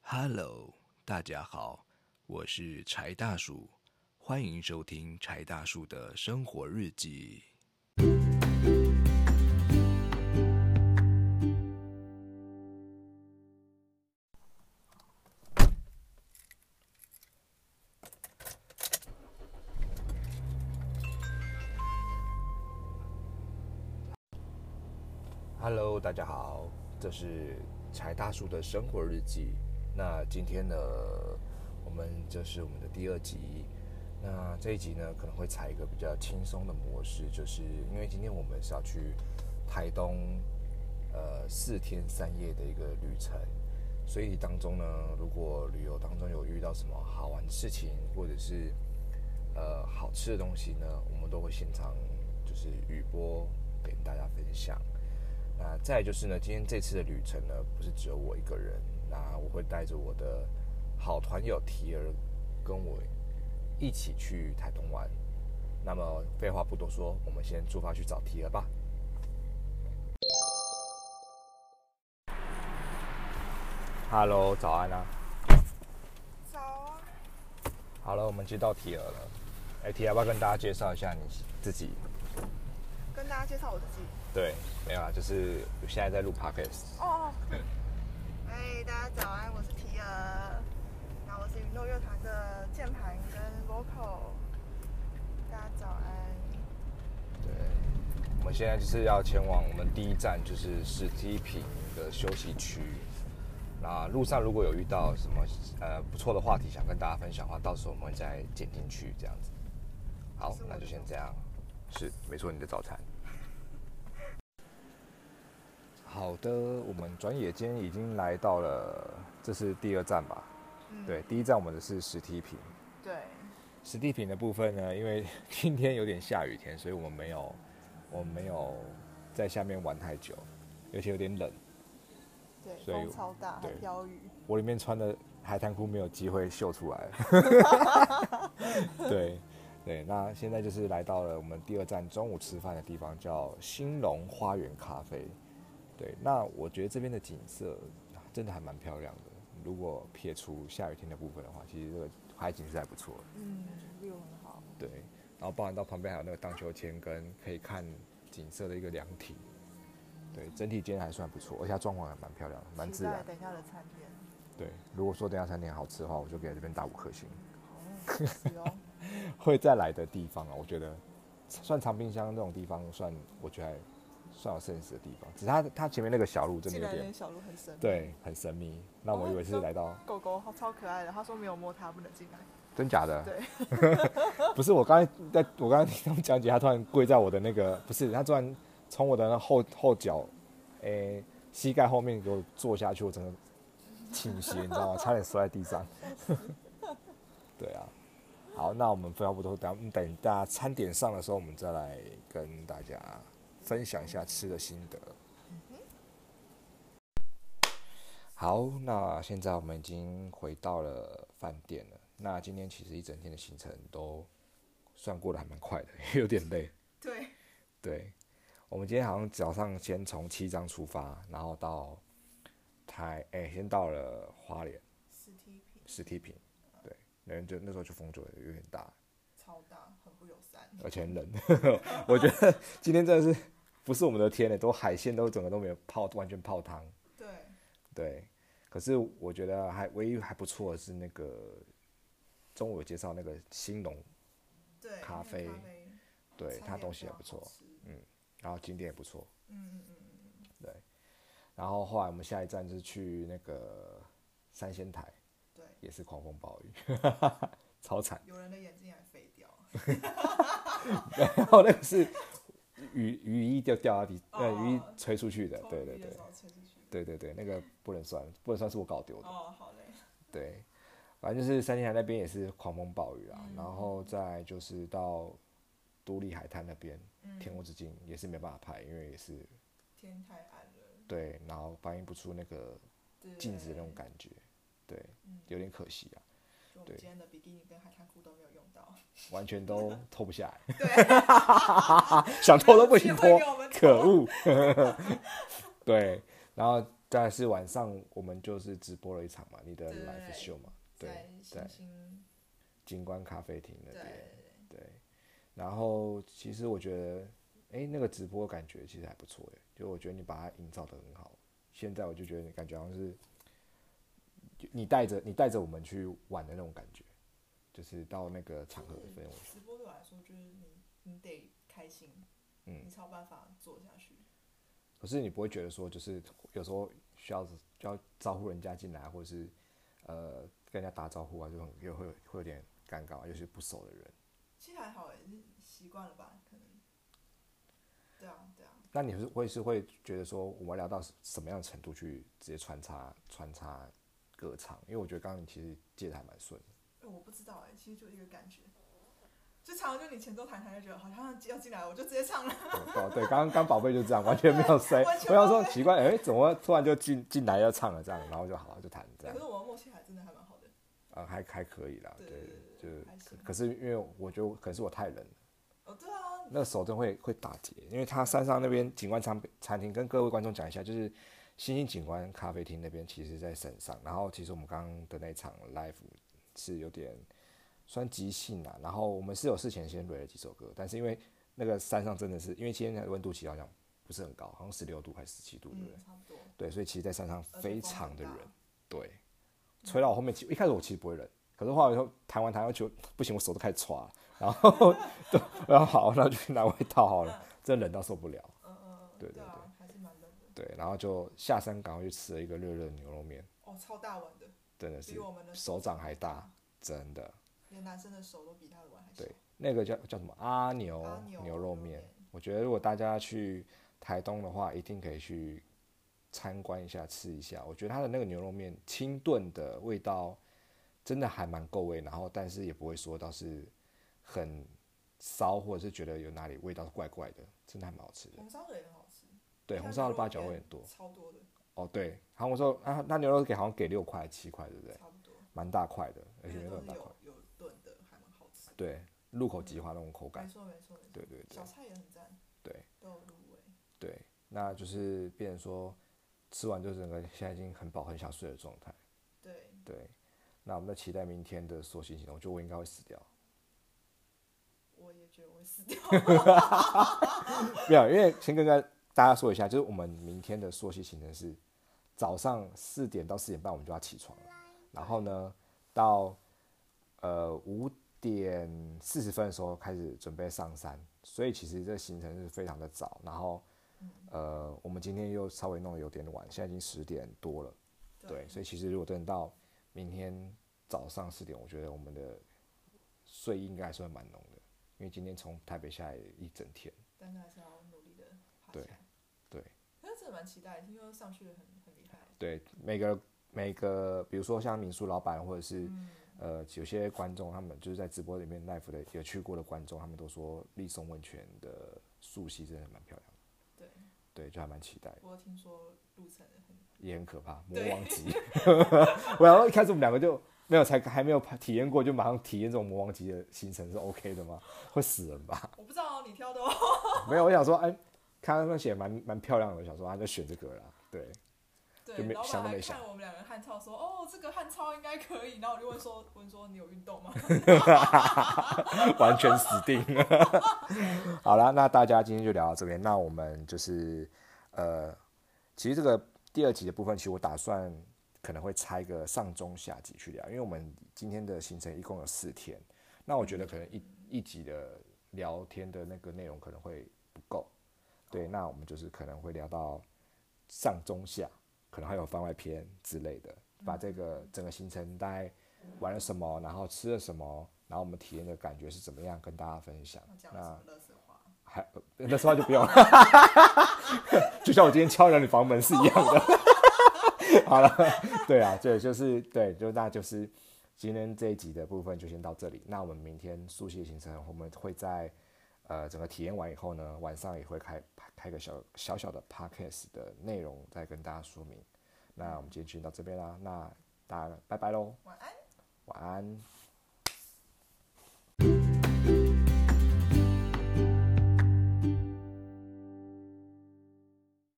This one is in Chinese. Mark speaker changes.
Speaker 1: Hello，大家好，我是柴大叔，欢迎收听柴大叔的生活日记。Hello，大家好，这是柴大叔的生活日记。那今天呢，我们这是我们的第二集。那这一集呢，可能会采一个比较轻松的模式，就是因为今天我们是要去台东，呃，四天三夜的一个旅程，所以当中呢，如果旅游当中有遇到什么好玩的事情，或者是呃好吃的东西呢，我们都会现场就是语播跟大家分享。那再来就是呢，今天这次的旅程呢，不是只有我一个人，那我会带着我的好团友提儿跟我一起去台东玩。那么废话不多说，我们先出发去找提儿吧。Hello，早安啊！
Speaker 2: 早啊，
Speaker 1: 好了，我们接到提儿了。哎，提儿要不要跟大家介绍一下你自己？
Speaker 2: 跟大家介绍我自己。
Speaker 1: 对，没有啊，就是现在在录 podcast。
Speaker 2: 哦，哎，大家早安，我是提儿，然后我是云诺乐团的键盘跟 vocal。大家早安。
Speaker 1: 对，我们现在就是要前往我们第一站就是石梯坪的休息区。那路上如果有遇到什么呃不错的话题想跟大家分享的话，到时候我们会再剪进去这样子。好
Speaker 2: 是，我的
Speaker 1: 那就先这样。是，没错，你的早餐。好的，我们转眼间已经来到了，这是第二站吧？
Speaker 2: 嗯
Speaker 1: 对，第一站我们的是石梯坪。
Speaker 2: 对，
Speaker 1: 实地品的部分呢，因为 今天有点下雨天，所以我们没有，我们没有在下面玩太久，而且有点冷。
Speaker 2: 对，
Speaker 1: 所以
Speaker 2: 风超大，还
Speaker 1: 对
Speaker 2: 飘雨。
Speaker 1: 我里面穿的海滩裤没有机会秀出来。 对，对，那现在就是来到了我们第二站中午吃饭的地方，叫兴隆花园咖啡。对，那我觉得这边的景色啊真的还蛮漂亮的。如果撇除下雨天的部分的话，其实这个海景是还不错的。
Speaker 2: 嗯，view 很好。
Speaker 1: 对，然后包含到旁边还有那个荡秋千跟可以看景色的一个凉亭，对，整体今天还算不错，而且它装潢还蛮漂亮的，蛮
Speaker 2: 期
Speaker 1: 自
Speaker 2: 待
Speaker 1: 然。
Speaker 2: 等一下的餐点。
Speaker 1: 对，如果说等一下餐厅好吃的话，我就给这边打五颗星。
Speaker 2: 哦，是哦。
Speaker 1: 会再来的地方啊，我觉得算长滨乡这种地方算，我觉得还算有 sense 的地方，只是它它前面那个小 路真
Speaker 2: 既
Speaker 1: 的有
Speaker 2: 然连
Speaker 1: 点
Speaker 2: 小鹿很神。。
Speaker 1: 对很神秘，那我以为是来到、
Speaker 2: 狗狗超可爱的，他说没有摸它不能进来。
Speaker 1: 真假的？
Speaker 2: 对，
Speaker 1: 不是我刚才在，我刚才听他们讲解，他突然跪在我的那个，不是他突然从我的那后后脚，诶、膝盖后面给我坐下去，我整个倾斜，你知道吗？差点摔在地上。 对啊，好，那我们废话不多说，等等大家餐点上的时候，我们再来跟大家分享一下吃的心得。好，那现在我们已经回到了饭店了。那今天其实一整天的行程都算过得还蛮快的，因为有点累。
Speaker 2: 对，
Speaker 1: 对，我们今天好像早上先从七张出发，然后到台，哎、先到了花莲
Speaker 2: 实体品
Speaker 1: 实体坪，对，那就那时候就风就有点大，
Speaker 2: 超大，很不友善。
Speaker 1: 而且很冷。 我觉得今天真的是不是我们的天了，都海鲜都整个都没有泡，完全泡汤。
Speaker 2: 对，
Speaker 1: 对，可是我觉得还唯一还不错的是那个中午有介绍那个兴隆，
Speaker 2: 对，
Speaker 1: 咖
Speaker 2: 那个
Speaker 1: 啡对，
Speaker 2: 餐
Speaker 1: 它
Speaker 2: 点
Speaker 1: 东西
Speaker 2: 非
Speaker 1: 也
Speaker 2: 常
Speaker 1: 不
Speaker 2: 好
Speaker 1: 错，
Speaker 2: 吃
Speaker 1: 然后景点也不错。
Speaker 2: 嗯嗯嗯。
Speaker 1: 然后后来我们下一站就是去那个三仙台，
Speaker 2: 对，
Speaker 1: 也是狂风暴雨， 超惨。
Speaker 2: 有人的眼睛还飞掉。
Speaker 1: 然后那个是雨雨衣掉掉到地，呃，
Speaker 2: 哦
Speaker 1: 雨衣吹出去的，
Speaker 2: 抽
Speaker 1: 哎对
Speaker 2: 鱼
Speaker 1: 对
Speaker 2: 的
Speaker 1: 对
Speaker 2: 时，候吹出去。
Speaker 1: 对对对，那个不能算，不能算是我搞丢的。
Speaker 2: 哦，好嘞。
Speaker 1: 对，反正就是三仙台那边也是狂风暴雨啊，
Speaker 2: 嗯
Speaker 1: 然后再就是到都立海滩那边，
Speaker 2: 嗯
Speaker 1: 天空之境也是没办法拍，因为也是
Speaker 2: 天太暗了，
Speaker 1: 对，然后反映不出那个
Speaker 2: 对
Speaker 1: 镜子的那种感觉，对，
Speaker 2: 嗯
Speaker 1: 有点可惜啊，
Speaker 2: 就我
Speaker 1: 对
Speaker 2: 们今天的比基尼跟海滩裤都没有用 到，
Speaker 1: 完全都 脱不下来，
Speaker 2: 对，
Speaker 1: 想脱都不
Speaker 2: 机
Speaker 1: 行
Speaker 2: 会
Speaker 1: 脱
Speaker 2: 给，我们
Speaker 1: 可恶，对，然后大概是晚上我们就是直播了一场嘛，你的
Speaker 3: 对
Speaker 1: live show 嘛，对
Speaker 3: 在，
Speaker 1: 在
Speaker 3: 星星，
Speaker 1: 景观咖啡厅那
Speaker 3: 对
Speaker 1: 边，
Speaker 3: 对
Speaker 1: 对。然后其实我觉得，哎、那个直播感觉其实还不错，哎，就我觉得你把它营造的很好。现在我就觉得你感觉好像是，就你带着你带着我们去玩的那种感觉，就是到那个场合的氛围。
Speaker 3: 直播对我来说，就是你你得开心，
Speaker 1: 嗯
Speaker 3: 你才有办法做下去。
Speaker 1: 可是你不会觉得说，就是有时候需要需要招呼人家进来，或者是呃跟人家打招呼啊，就很又会有会有点尴尬，尤其是不熟的人。
Speaker 3: 其实还好诶，是习惯了吧？可能。对啊，对啊，
Speaker 1: 那你是会是会觉得说，我们聊到什么样的程度去直接穿插穿插歌唱？因为我觉得刚刚你其实接的还蛮顺的。
Speaker 3: 哎，我不知道哎，其实就一个感觉，就常常就你前奏弹弹就觉得好像要进来，我就直接唱了。
Speaker 1: 哦，对，刚刚 刚宝贝就这样，完全没有塞。
Speaker 3: 完
Speaker 1: 我想
Speaker 3: 全没有
Speaker 1: 说奇怪，哎，怎么突然就进进来要唱了这样？然后就好就弹这
Speaker 3: 可
Speaker 1: 样
Speaker 3: 是，我们默契还真的还蛮好的。
Speaker 1: 呃，还还可以啦，
Speaker 3: 对
Speaker 1: 对
Speaker 3: 对，
Speaker 1: 就
Speaker 3: 对
Speaker 1: 是
Speaker 3: 还行
Speaker 1: 可是因为我觉得可能是我太冷了。
Speaker 3: 哦，对啊，
Speaker 1: 那手真会会打结，因为它山上那边景观餐餐厅跟各位观众讲一下，就是星星景观咖啡厅那边其实在山上，然后其实我们刚刚的那场 live 是有点算即兴啊，然后我们是有事前先蕊了几首歌，但是因为那个山上真的是因为今天的温度其实好像不是很高，好像十六度还是十七度，对不对
Speaker 3: 嗯，？差不多。
Speaker 1: 对，所以其实，在山上
Speaker 3: 而且
Speaker 1: 非
Speaker 3: 风
Speaker 1: 常
Speaker 3: 很
Speaker 1: 的
Speaker 3: 大
Speaker 1: 冷，对，吹到我后面，其一开始我其实不会冷，可是后来就弹完弹完球，不行，我手都开始抓了，然后都然后好，那就去拿外套好了， 真冷到受不了，
Speaker 3: 嗯嗯嗯，
Speaker 1: 对对
Speaker 3: 啊，还是蛮冷的。
Speaker 1: 对，然后就下山赶快去吃了一个热热牛肉面，
Speaker 3: 哦，超大碗的，
Speaker 1: 真的
Speaker 3: 比
Speaker 1: 是
Speaker 3: 我们的
Speaker 1: 手掌还大，真的，
Speaker 3: 连男生的手都比他的碗还小
Speaker 1: 对。，那个叫叫什么阿牛
Speaker 3: 阿牛
Speaker 1: 牛
Speaker 3: 牛
Speaker 1: 肉
Speaker 3: 肉
Speaker 1: 面
Speaker 3: 面，
Speaker 1: 我觉得如果大家去台东的话，一定可以去参观一下、吃一下。我觉得它的那个牛肉面清炖的味道真的还蛮够味，然后但是也不会说到是很骚，或者是觉得有哪里味道怪怪的，真的还蛮好吃的。
Speaker 3: 红烧的也很好吃。
Speaker 1: 对，
Speaker 3: 它
Speaker 1: 红烧的
Speaker 3: 牛肉
Speaker 1: 八角味
Speaker 3: 片
Speaker 1: 很多。
Speaker 3: 超多的，
Speaker 1: 哦，对，然后我说啊，那牛肉给好像给六块、七块，对不对？
Speaker 3: 差不多。
Speaker 1: 蛮大块的，而
Speaker 3: 因
Speaker 1: 且
Speaker 3: 为
Speaker 1: 没有
Speaker 3: 都
Speaker 1: 很
Speaker 3: 是
Speaker 1: 大块
Speaker 3: 有。嗯有炖的，还蛮好吃。
Speaker 1: 对，入口即化那种口
Speaker 3: 没
Speaker 1: 感。
Speaker 3: 错没错没错。
Speaker 1: 对对对
Speaker 3: 小菜也很赞，
Speaker 1: 对。
Speaker 3: 都有入味。
Speaker 1: 对，那就是变成说吃完就整个现在已经很饱很想睡的状态。
Speaker 3: 对，
Speaker 1: 对，那我们在期待明天的所行行动，我觉得我应该会死掉。
Speaker 3: 我也觉得我会死 掉。啊
Speaker 1: 没有，因为先跟大家说一下，就是我们明天的作息行程是早上四点到四点半我们就要起床了，然后呢，到呃五点四十分的时候开始准备上山，所以其实这行程是非常的早。然后呃，我们今天又稍微弄得有点晚，现在已经十点多了。
Speaker 3: 嗯
Speaker 1: 对，所以其实如果等到明天早上四点，我觉得我们的睡意应该还算蛮浓的，因为今天从台北下来一整天。
Speaker 3: 但是还是要努力的爬
Speaker 1: 对
Speaker 3: 起来。
Speaker 1: 对
Speaker 3: 但是真的蛮期待，因为上去很很厉害。
Speaker 1: 对，每个每个，比如说像民宿老板或者是、
Speaker 3: 嗯，
Speaker 1: 呃有些观众，他们就是在直播里面 live 的有去过的观众，他们都说丽松温泉的溯溪真的蛮漂亮的，
Speaker 3: 对。
Speaker 1: 对，就还蛮期待的，
Speaker 3: 不过听说路程很
Speaker 1: 也很可怕，魔
Speaker 3: 对
Speaker 1: 王级。 我然后一开始我们两个就没有才还没有体验过，就马上体验这种魔王级的行程是 OK 的吗？会死人吧？
Speaker 3: 我不知道你挑的哦。
Speaker 1: 没有，我想说，哎，看他们写得蛮蛮漂亮的，我想说他就选这个啦。对，就
Speaker 3: 对，
Speaker 1: 没
Speaker 3: 老
Speaker 1: 想
Speaker 3: 板
Speaker 1: 都
Speaker 3: 还
Speaker 1: 没想
Speaker 3: 看我们两个汉超说，哦，这个汉超应该可以。然后我就问说， 问说你有运动吗？
Speaker 1: 完全死定。好啦，那大家今天就聊到这边。那我们就是呃，其实这个第二集的部分，其实我打算可能会拆个上中下集去聊，因为我们今天的行程一共有四天。那我觉得可能一一集的聊天的那个内容可能会不够，对，那我们就是可能会聊到上中下，可能还有番外篇之类的，把这个整个行程大概玩了什么，然后吃了什么，然后我们体验的感觉是怎么样，跟大家分享
Speaker 3: 我。讲了
Speaker 1: 那
Speaker 3: 什么垃圾话？
Speaker 1: 还呃那说话就不用了， 就像我今天敲了你房门是一样的。 好了，对啊，对，就是对，就那就是今天这一集的部分就先到这里。那我们明天速写行程，我们会在呃整个体验完以后呢，晚上也会开开个小小小的 podcast 的内容再跟大家说明。那我们今天就先到这边啦，那大家拜拜喽，
Speaker 3: 晚安。
Speaker 1: 晚安。